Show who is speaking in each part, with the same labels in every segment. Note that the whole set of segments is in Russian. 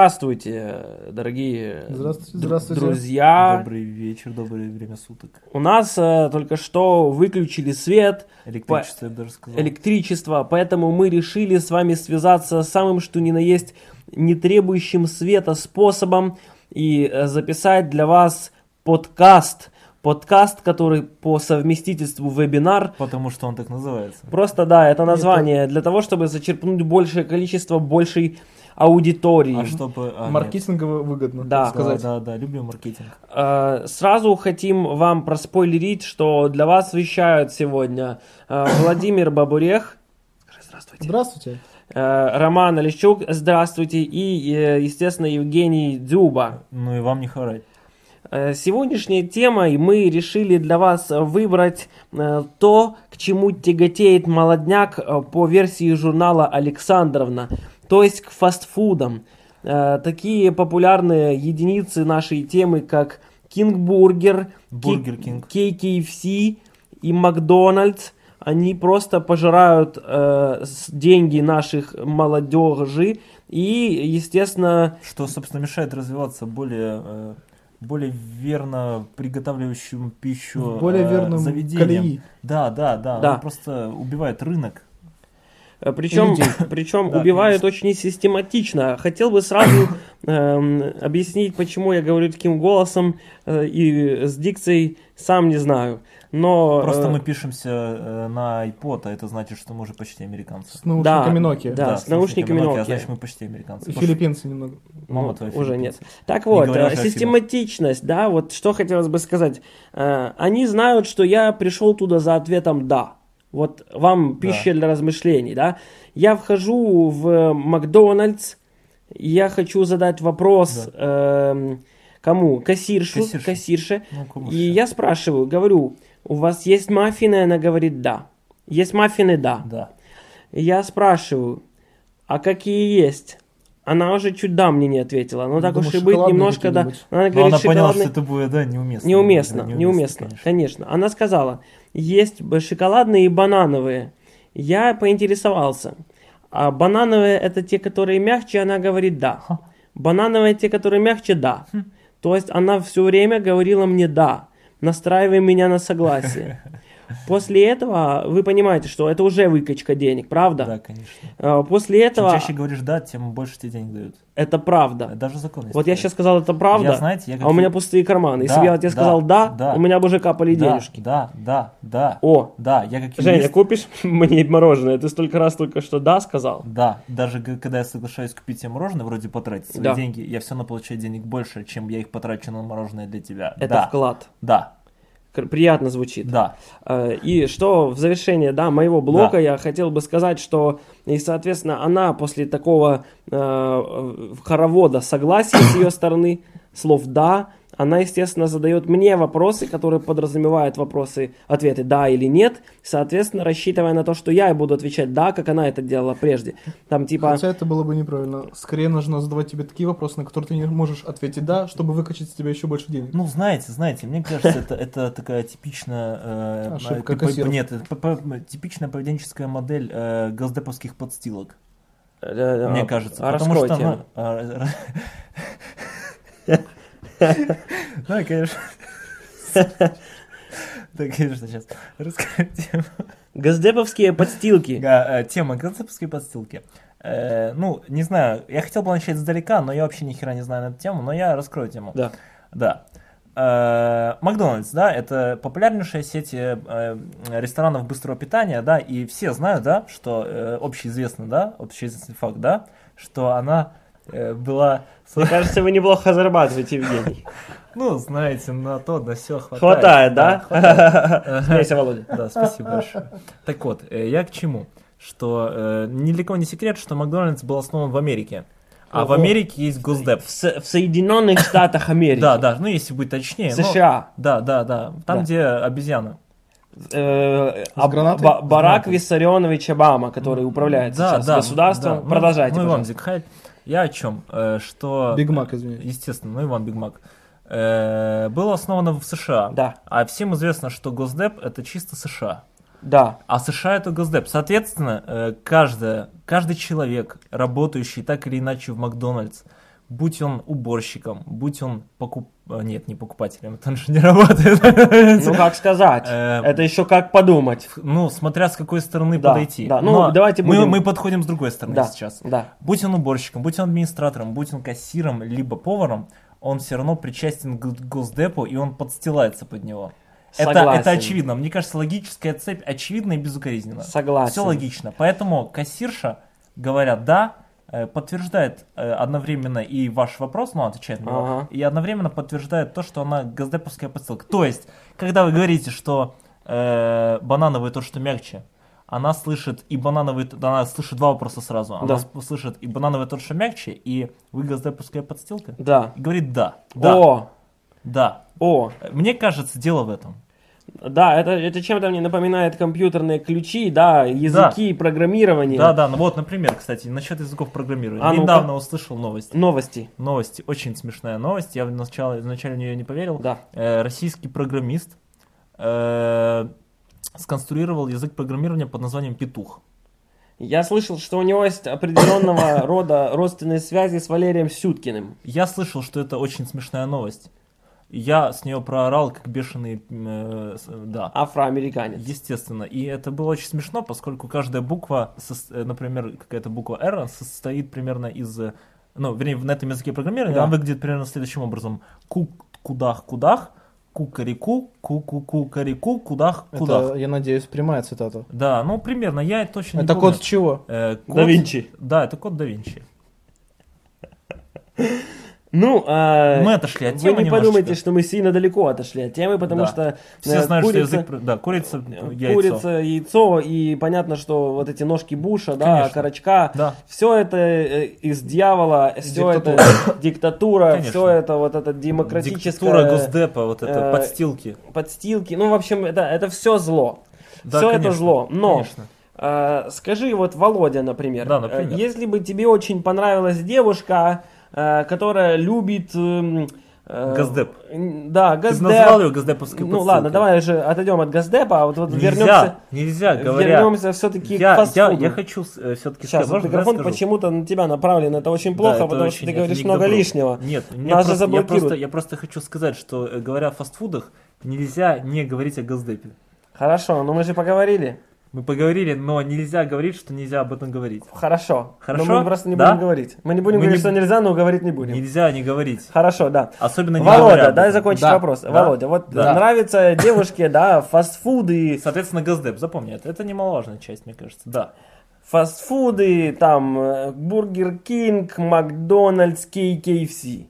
Speaker 1: Здравствуйте, дорогие
Speaker 2: Здравствуйте,
Speaker 1: д-
Speaker 2: здравствуйте.
Speaker 1: друзья.
Speaker 3: Добрый вечер, доброе время суток.
Speaker 1: У нас э, только что выключили свет,
Speaker 3: Электричество, я бы даже сказал.
Speaker 1: электричество, поэтому мы решили с вами связаться самым, что ни на есть, не требующим света способом и э, записать для вас подкаст. Подкаст, который по совместительству вебинар.
Speaker 3: Потому что он так называется.
Speaker 1: Просто, да, это название для того, чтобы зачерпнуть большее количество большей аудитории.
Speaker 3: А чтобы... а, нет.
Speaker 2: Маркетингово выгодно,
Speaker 1: Да.
Speaker 2: так сказать.
Speaker 3: Да, да, да, люблю маркетинг.
Speaker 1: Э, Сразу хотим вам проспойлерить, что для вас вещают сегодня э, Владимир Бабурех. Скажи Здравствуйте.
Speaker 2: Здравствуйте.
Speaker 1: Э, Роман Олещук, здравствуйте. И, э, естественно, Евгений Дзюба.
Speaker 3: Ну и вам не хворать.
Speaker 1: Э, Сегодняшней темой мы решили для вас э, выбрать э, то, к чему тяготеет молодняк э, по версии журнала «Александровна», то есть к фастфудам. Э, Такие популярные единицы нашей темы, как «Кингбургер»,
Speaker 3: Бургер Кинг.
Speaker 1: KKFC и Макдональдс, они просто пожирают э, с- деньги наших молодежи и, естественно,
Speaker 3: Что, собственно, мешает развиваться более, э, более верно приготавливающим пищу
Speaker 2: В более
Speaker 3: э,
Speaker 2: верном
Speaker 3: заведениям.
Speaker 2: колеи.
Speaker 3: Да, да, да.
Speaker 1: Да.
Speaker 3: оно просто убивает рынок.
Speaker 1: э, причем,
Speaker 2: Людей.
Speaker 1: причем
Speaker 3: Да,
Speaker 1: убивают очень систематично. Хотел бы сразу эм, объяснить, почему я говорю таким голосом э, и с дикцией, сам не знаю. Но
Speaker 3: Просто
Speaker 1: э,
Speaker 3: мы пишемся э, на iPod, а это значит, что мы уже почти американцы.
Speaker 2: С наушниками Nokia.
Speaker 1: да. с наушниками
Speaker 3: А
Speaker 1: Nokia.
Speaker 3: значит, мы почти американцы.
Speaker 2: И филиппинцы немного.
Speaker 3: Мама
Speaker 1: ну,
Speaker 3: твоя
Speaker 1: уже
Speaker 3: филиппинка.
Speaker 1: нет. Так вот,
Speaker 3: говоря
Speaker 1: э,
Speaker 3: уже о фильмах.
Speaker 1: систематичность, да, вот что хотелось бы сказать. Э, Они знают, что я пришел туда за ответом «да». Вот вам пища для размышлений, да. Я вхожу в э, Макдональдс, и я хочу задать вопрос эм, кому? Кассиршу,
Speaker 3: Кассирше.
Speaker 1: кассирше.
Speaker 3: Ну, кому ж
Speaker 1: И
Speaker 3: я?
Speaker 1: я спрашиваю, говорю, у вас есть маффины? Она говорит «да». Есть маффины? Да.
Speaker 3: Да.
Speaker 1: И Я спрашиваю, а какие есть? Она уже чуть да мне не ответила. Ну так
Speaker 2: Думаю,
Speaker 1: уж и быть,
Speaker 2: шоколадные
Speaker 1: немножко да.
Speaker 2: какие-нибудь.
Speaker 1: Она
Speaker 3: Но
Speaker 1: говорит,
Speaker 3: она поняла, что
Speaker 1: шоколадные-
Speaker 3: это будет, да, неуместно.
Speaker 1: неуместно,
Speaker 3: Да,
Speaker 1: неуместно,
Speaker 3: конечно.
Speaker 1: конечно. Она сказала, есть б- шоколадные и банановые. Я поинтересовался, а банановые это те, которые мягче? Она говорит, да.
Speaker 3: Ха. Хм.
Speaker 1: Банановые те, которые мягче, да. То есть она все время говорила мне да, настраивая меня на согласие. После этого вы понимаете, что это уже выкачка денег, правда?
Speaker 3: Да, конечно.
Speaker 1: Э, После
Speaker 3: Чем
Speaker 1: этого
Speaker 3: чаще говоришь да, тем больше тебе денег дают.
Speaker 1: это правда.
Speaker 3: Даже закон есть.
Speaker 1: Вот я
Speaker 3: такой.
Speaker 1: сейчас сказал, это правда,
Speaker 3: Я, знаете, я
Speaker 1: а у
Speaker 3: хочу-
Speaker 1: меня пустые карманы. Если
Speaker 3: Да,
Speaker 1: бы я тебе
Speaker 3: да,
Speaker 1: сказал да,
Speaker 3: да.
Speaker 1: у меня бы уже капали
Speaker 3: да,
Speaker 1: денежки.
Speaker 3: Да, да, да.
Speaker 1: О,
Speaker 3: Да, я как
Speaker 1: Женя,
Speaker 3: юрист-
Speaker 1: купишь мне мороженое? Ты столько раз только что да сказал.
Speaker 3: Да, даже г- когда я соглашаюсь купить тебе мороженое, вроде потратить свои
Speaker 1: Да.
Speaker 3: деньги, я все равно получаю денег больше, чем я их потрачу на мороженое для тебя.
Speaker 1: Это
Speaker 3: да,
Speaker 1: вклад.
Speaker 3: да,
Speaker 1: Кр- Приятно звучит.
Speaker 3: да.
Speaker 1: Э, И что в завершение да, моего блока
Speaker 3: Да.
Speaker 1: я хотел бы сказать, что и, соответственно, она после такого э, э, хоровода согласия с ее стороны, слов «да», она, естественно, задает мне вопросы, которые подразумевают вопросы, ответы «да» или «нет», соответственно, рассчитывая на то, что я и буду отвечать «да», как она это делала прежде. Там типа...
Speaker 2: Хотя это было бы неправильно. Скорее нужно задавать тебе такие вопросы, на которые ты не можешь ответить «да», чтобы выкачать с тебя еще больше денег.
Speaker 3: Ну, знаете, знаете, мне кажется, это, это такая типичная... э,
Speaker 2: Ошибка
Speaker 3: э, по- по-
Speaker 2: кассиров.
Speaker 3: Нет, это по- по- типичная поведенческая модель э, газдеповских подстилок,
Speaker 1: э, э,
Speaker 3: мне
Speaker 1: а,
Speaker 3: кажется.
Speaker 1: а
Speaker 3: потому
Speaker 1: раскрой
Speaker 3: что...
Speaker 1: тему.
Speaker 3: она- а, ра- Да, конечно. Да, конечно, сейчас расскажу тему.
Speaker 1: Газдеповские подстилки.
Speaker 3: Га- э, Тема газдеповской подстилки. Э, Ну, не знаю, я хотел бы начать сдалека, но я вообще ни хера не знаю на эту тему, но я раскрою тему.
Speaker 1: Да.
Speaker 3: Да. Э, Макдональдс, да, это популярнейшая сеть э, э, ресторанов быстрого питания, да, и все знают, да, что э, общеизвестно, да, общеизвестный факт, да, что она э, была,
Speaker 1: Мне кажется, вы неплохо зарабатываете, Евгений.
Speaker 3: ну, знаете, на то, на все хватает.
Speaker 1: Хватает, да?
Speaker 3: хватает.
Speaker 1: Смейся, Володя.
Speaker 3: Да, спасибо большое. Так вот, э, я к чему? Что э, ни для кого не секрет, что Макдональдс был основан в Америке. А в
Speaker 1: Ого.
Speaker 3: Америке есть Госдеп.
Speaker 1: В, Со- в Соединенных Штатах Америки.
Speaker 3: Да, да, ну если быть точнее. ну,
Speaker 1: США.
Speaker 3: Да, да, да. Там,
Speaker 1: Да.
Speaker 3: где обезьяна.
Speaker 1: Э, Аб-
Speaker 2: гранатой?
Speaker 1: Ба- Барак
Speaker 3: гранатой.
Speaker 1: Виссарионович Обама, который управляет сейчас государством.
Speaker 3: да.
Speaker 1: Продолжайте,
Speaker 3: Ну, ну и вам,
Speaker 1: пожалуйста.
Speaker 3: Дик Хайт. Я о чем? Э, Что...
Speaker 2: Биг Мак, извиняюсь.
Speaker 3: Естественно, ну и вам, Биг Мак. Э, Было основано в США.
Speaker 1: Да.
Speaker 3: А всем известно, что Госдеп это чисто США.
Speaker 1: Да.
Speaker 3: А США это Госдеп. Соответственно, э, каждая, каждый человек, работающий так или иначе в Макдональдс, будь он уборщиком, будь он покуп... а, Нет, не покупателем, это он же не работает.
Speaker 1: Ну как сказать?
Speaker 3: Э,
Speaker 1: Это еще как подумать.
Speaker 3: Ну, смотря с какой стороны
Speaker 1: Да,
Speaker 3: подойти.
Speaker 1: да. Ну,
Speaker 3: Но
Speaker 1: давайте
Speaker 3: мы,
Speaker 1: будем-
Speaker 3: мы подходим с другой стороны
Speaker 1: Да,
Speaker 3: сейчас.
Speaker 1: да.
Speaker 3: Будь он уборщиком, будь он администратором, будь он кассиром, либо поваром, он все равно причастен к Госдепу, и он подстилается под него. Это,
Speaker 1: Согласен.
Speaker 3: это очевидно. Мне кажется, логическая цепь очевидна и безукоризненна.
Speaker 1: Согласен.
Speaker 3: Все логично. Поэтому кассирша, говоря «да», э, подтверждает э, одновременно и ваш вопрос, ну, отвечает на него,
Speaker 1: Ага.
Speaker 3: и одновременно подтверждает то, что она газдеповская подстилка. То есть, когда вы говорите, что э, банановый то, что мягче, она слышит и банановый, она слышит два вопроса сразу. Она
Speaker 1: Да.
Speaker 3: с- слышит и банановый тот, что мягче, и вы газдеповская подстилка.
Speaker 1: Да.
Speaker 3: И говорит да, да,
Speaker 1: О,
Speaker 3: да.
Speaker 1: о,
Speaker 3: Мне кажется, дело в этом.
Speaker 1: да, это, это чем-то мне напоминает компьютерные ключи, да, языки, программирование,
Speaker 3: Да, да, ну вот, например, кстати, насчет языков программирования.
Speaker 1: А ну-ка.
Speaker 3: Недавно услышал новость.
Speaker 1: новости,
Speaker 3: Новости, очень смешная новость. Я вначале, вначале в нее не поверил.
Speaker 1: да.
Speaker 3: Э, российский программист э, сконструировал язык программирования под названием Петух.
Speaker 1: Я слышал, что у него есть определенного рода родственные связи с Валерием Сюткиным.
Speaker 3: Я слышал, что это очень смешная новость. Я с нее проорал, как бешеный, э, с- да.
Speaker 1: Афроамериканец.
Speaker 3: Естественно. И это было очень смешно, поскольку каждая буква, сос- э, например, какая-то буква R, она состоит примерно из... э, Ну, вернее, на этом языке программирования
Speaker 1: Да.
Speaker 3: она выглядит примерно следующим образом. Ку-кудах-кудах, кукарику, ку-ку-кукарику, кудах-кудах.
Speaker 2: Это, я надеюсь, прямая цитата.
Speaker 3: Да, ну, примерно. Я это точно не
Speaker 2: Это
Speaker 3: помню.
Speaker 2: код чего?
Speaker 3: Э, код-
Speaker 1: Да Винчи.
Speaker 3: Да, это код да Винчи.
Speaker 1: Ну, э,
Speaker 3: Мы отошли от
Speaker 1: вы
Speaker 3: темы
Speaker 1: не подумайте,
Speaker 3: немножечко.
Speaker 1: что мы сильно далеко отошли от темы, потому
Speaker 3: Да.
Speaker 1: что
Speaker 3: Все
Speaker 1: э,
Speaker 3: знают,
Speaker 1: курица- э,
Speaker 3: что язык... про- Да, курица, яйцо.
Speaker 1: курица, яйцо, и понятно, что вот эти ножки Буша, да,
Speaker 3: Конечно.
Speaker 1: Карачка,
Speaker 3: Да.
Speaker 1: все это э, из дьявола, все
Speaker 2: Диктатура.
Speaker 1: это диктатура,
Speaker 3: Конечно.
Speaker 1: все это вот это демократическое
Speaker 3: Диктатура Госдепа, вот это,
Speaker 1: э,
Speaker 3: подстилки.
Speaker 1: подстилки, ну, в общем, это, это все зло.
Speaker 3: Да,
Speaker 1: все это
Speaker 3: конечно,
Speaker 1: зло, но...
Speaker 3: конечно.
Speaker 1: Э, скажи, вот Володя, например,
Speaker 3: Да, например.
Speaker 1: э, если бы тебе очень понравилась девушка, э, которая любит... эм, э,
Speaker 3: Газдеп.
Speaker 1: н- Да,
Speaker 3: Ты
Speaker 1: Газдеп.
Speaker 3: назвал ее газдеповской
Speaker 1: Ну
Speaker 3: подстилкой.
Speaker 1: ладно, давай же отойдем от Газдепа, а вот, вот
Speaker 3: Нельзя,
Speaker 1: вернемся,
Speaker 3: нельзя, говоря.
Speaker 1: вернемся все-таки
Speaker 3: я,
Speaker 1: к
Speaker 3: я,
Speaker 1: фастфуду.
Speaker 3: я хочу э, все-таки
Speaker 1: Сейчас, вот микрофон почему-то на тебя направлен, это очень плохо, потому что ты говоришь много лишнего.
Speaker 3: Нет, мне
Speaker 1: Нас же
Speaker 3: просто, я,
Speaker 1: заблокируют.
Speaker 3: просто, я просто хочу сказать, что э, говоря о фастфудах, нельзя не говорить о Газдепе.
Speaker 1: Хорошо, ну мы же поговорили.
Speaker 3: Мы поговорили, но нельзя говорить, что нельзя об этом говорить.
Speaker 1: Хорошо. Но
Speaker 3: Хорошо,
Speaker 1: мы просто не
Speaker 3: да?
Speaker 1: будем говорить. Мы не будем
Speaker 3: Мы
Speaker 1: говорить,
Speaker 3: не
Speaker 1: что
Speaker 3: бу-
Speaker 1: нельзя, но говорить не будем.
Speaker 3: Нельзя не говорить.
Speaker 1: Хорошо, да.
Speaker 3: Особенно не говоря
Speaker 1: Волода,
Speaker 3: об
Speaker 1: дай
Speaker 3: этом.
Speaker 1: закончить
Speaker 2: Да.
Speaker 1: вопрос.
Speaker 3: Да.
Speaker 1: Володя, вот
Speaker 3: Да.
Speaker 1: нравится девушке, да, фастфуды,
Speaker 3: Соответственно, Газдеп, запомни это. Это немаловажная часть, мне кажется. Да.
Speaker 1: фастфуды, там, э, Бургер Кинг, Макдональдс, KKFC.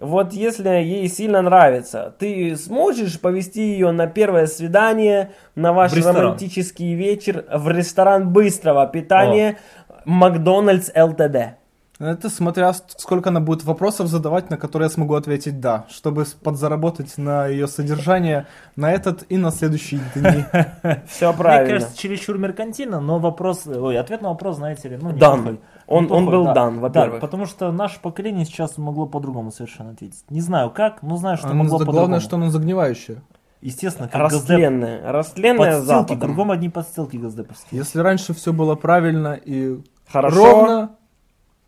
Speaker 1: Вот если ей сильно нравится, ты сможешь повести ее на первое свидание, на ваш
Speaker 3: В ресторан.
Speaker 1: романтический вечер в ресторан быстрого питания Макдональдс ЛТД?
Speaker 2: Это смотря с- сколько она будет вопросов задавать, на которые я смогу ответить «да», чтобы с- подзаработать на ее содержание на этот и на следующие дни.
Speaker 1: Все правильно.
Speaker 3: Мне кажется, чересчур меркантильно, но вопрос, э, ой, ответ на вопрос, знаете ли, ну,
Speaker 1: Дан.
Speaker 3: неплохой.
Speaker 1: Он- он
Speaker 3: Неплохой,
Speaker 1: был
Speaker 3: да.
Speaker 1: дан,
Speaker 3: Да,
Speaker 1: во-первых.
Speaker 3: потому что наше поколение сейчас могло по-другому совершенно ответить. Не знаю как, но знаю, что
Speaker 2: А
Speaker 3: могло
Speaker 2: ну,
Speaker 3: по-другому.
Speaker 2: Главное, что оно загнивающее.
Speaker 3: Естественно, как газдеп,
Speaker 1: Растленная. Растленная
Speaker 3: подстилки,
Speaker 1: западом.
Speaker 3: кругом одни подстилки газдеповские.
Speaker 2: Если раньше все было правильно и
Speaker 1: Хорошо.
Speaker 2: ровно,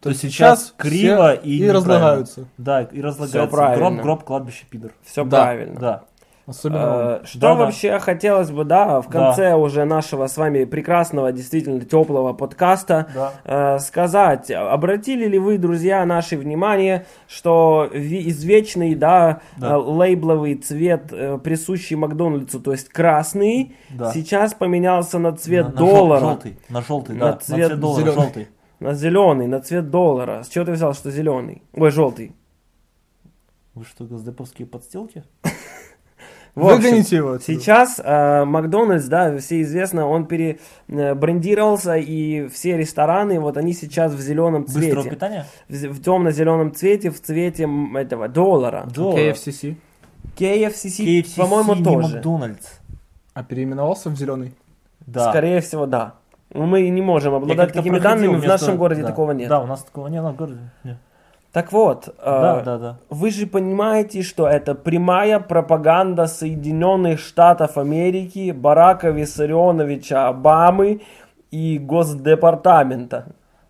Speaker 3: То сейчас
Speaker 2: все
Speaker 3: криво и
Speaker 2: и
Speaker 3: неправильно.
Speaker 2: разлагаются.
Speaker 3: Да, и разлагается.
Speaker 1: правильно.
Speaker 3: Гроб, гроб, кладбище, пидор.
Speaker 1: Все
Speaker 2: Да,
Speaker 1: правильно.
Speaker 3: Да.
Speaker 2: Особенно
Speaker 1: Э, Что
Speaker 3: Да, да.
Speaker 1: вообще хотелось бы, да, в
Speaker 3: Да.
Speaker 1: конце уже нашего с вами прекрасного, действительно теплого подкаста
Speaker 3: Да.
Speaker 1: э, сказать, обратили ли вы, друзья, наше внимание, что ви- извечный, да,
Speaker 3: Да.
Speaker 1: э, лейбловый цвет, э, присущий Макдональдсу, то есть красный,
Speaker 3: Да.
Speaker 1: сейчас поменялся на цвет
Speaker 3: На- на жел-
Speaker 1: доллара,
Speaker 3: Желтый, на желтый,
Speaker 1: На
Speaker 3: да. На
Speaker 1: цвет
Speaker 3: цвет доллара,
Speaker 2: зеленый.
Speaker 3: желтый.
Speaker 1: на зеленый, на цвет доллара. С чего ты взял, что зеленый? Ой, желтый.
Speaker 3: Вы что, газдеповские подстилки?
Speaker 1: В общем,
Speaker 2: выгоните его отсюда.
Speaker 1: Сейчас э, Макдональдс, да, все известно, он перебрендировался, и все рестораны, вот они сейчас в зеленом
Speaker 3: Быстрого
Speaker 1: цвете.
Speaker 3: питания?
Speaker 1: В, темно-зеленом цвете, в цвете м, этого доллара.
Speaker 3: Доллар.
Speaker 2: KFCC.
Speaker 1: KFC,
Speaker 3: KFC,
Speaker 1: по-моему,
Speaker 3: не
Speaker 1: тоже.
Speaker 3: Макдональдс.
Speaker 2: А переименовался в зеленый?
Speaker 3: Да.
Speaker 1: Скорее всего, да. Ну, Мы не можем
Speaker 3: Я
Speaker 1: обладать
Speaker 3: как-то
Speaker 1: такими
Speaker 3: проходил
Speaker 1: данными, в
Speaker 3: вместо-
Speaker 1: нашем городе
Speaker 3: да.
Speaker 1: такого нет.
Speaker 3: Да, у нас такого нет, у нас в городе нет.
Speaker 1: Так вот, э,
Speaker 3: Да, да, да.
Speaker 1: вы же понимаете, что это прямая пропаганда Соединенных Штатов Америки, Барака Виссарионовича Обамы и Госдепартамента.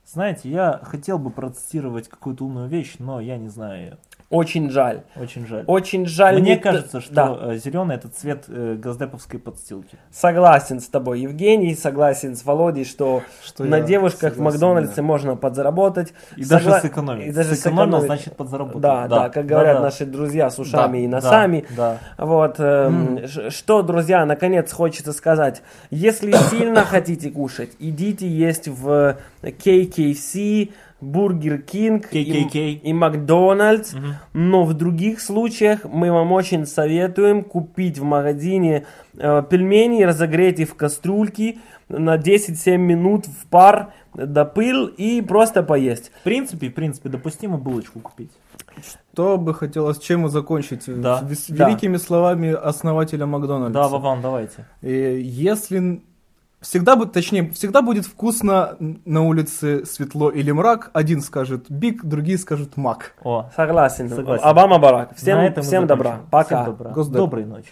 Speaker 3: Знаете, я хотел бы процитировать какую-то умную вещь, но я не знаю ее.
Speaker 1: Очень жаль.
Speaker 3: Очень жаль.
Speaker 1: Очень жаль.
Speaker 3: Мне
Speaker 1: не т-
Speaker 3: кажется, что
Speaker 1: Да,
Speaker 3: зеленый это цвет э, газдеповской подстилки.
Speaker 1: согласен с тобой, Евгений, согласен с Володей, что,
Speaker 2: Что
Speaker 1: на
Speaker 2: я
Speaker 1: девушках в
Speaker 2: согласен,
Speaker 1: Макдональдсе
Speaker 2: да.
Speaker 1: можно подзаработать.
Speaker 3: И
Speaker 1: Согла-
Speaker 3: даже сэкономить.
Speaker 1: И даже
Speaker 3: Сэкономил,
Speaker 1: сэкономить.
Speaker 3: значит подзаработать.
Speaker 1: Да, да, как говорят
Speaker 3: да, да.
Speaker 1: наши друзья с ушами
Speaker 2: Да,
Speaker 1: и носами.
Speaker 3: Да,
Speaker 1: Вот, эм, ш- что, друзья, наконец хочется сказать. Если сильно хотите кушать, идите есть в KKC, Бургер Кинг и,
Speaker 3: KKK.
Speaker 1: и Макдональдс. Но в других случаях мы вам очень советуем купить в магазине э, пельмени, разогреть их в кастрюльке на 10-7 минут в пар до пыл и просто поесть.
Speaker 3: В принципе, в принципе, допустимо булочку купить.
Speaker 2: Что бы хотелось, чем и закончить?
Speaker 3: Да,
Speaker 2: С вис-
Speaker 1: да.
Speaker 2: великими словами основателя Макдональдса.
Speaker 3: Да, Вован, давайте.
Speaker 2: И если всегда будет, точнее, всегда будет вкусно на улице светло или мрак, один скажет Биг, другие скажут Мак.
Speaker 3: О,
Speaker 1: Согласен.
Speaker 3: Согласен.
Speaker 1: Обама Барак.
Speaker 3: на
Speaker 1: Всем,
Speaker 3: этом мы
Speaker 1: всем добра.
Speaker 3: закончим.
Speaker 1: Пока.
Speaker 3: Всем добра.
Speaker 2: Госдеп.
Speaker 3: Доброй ночи.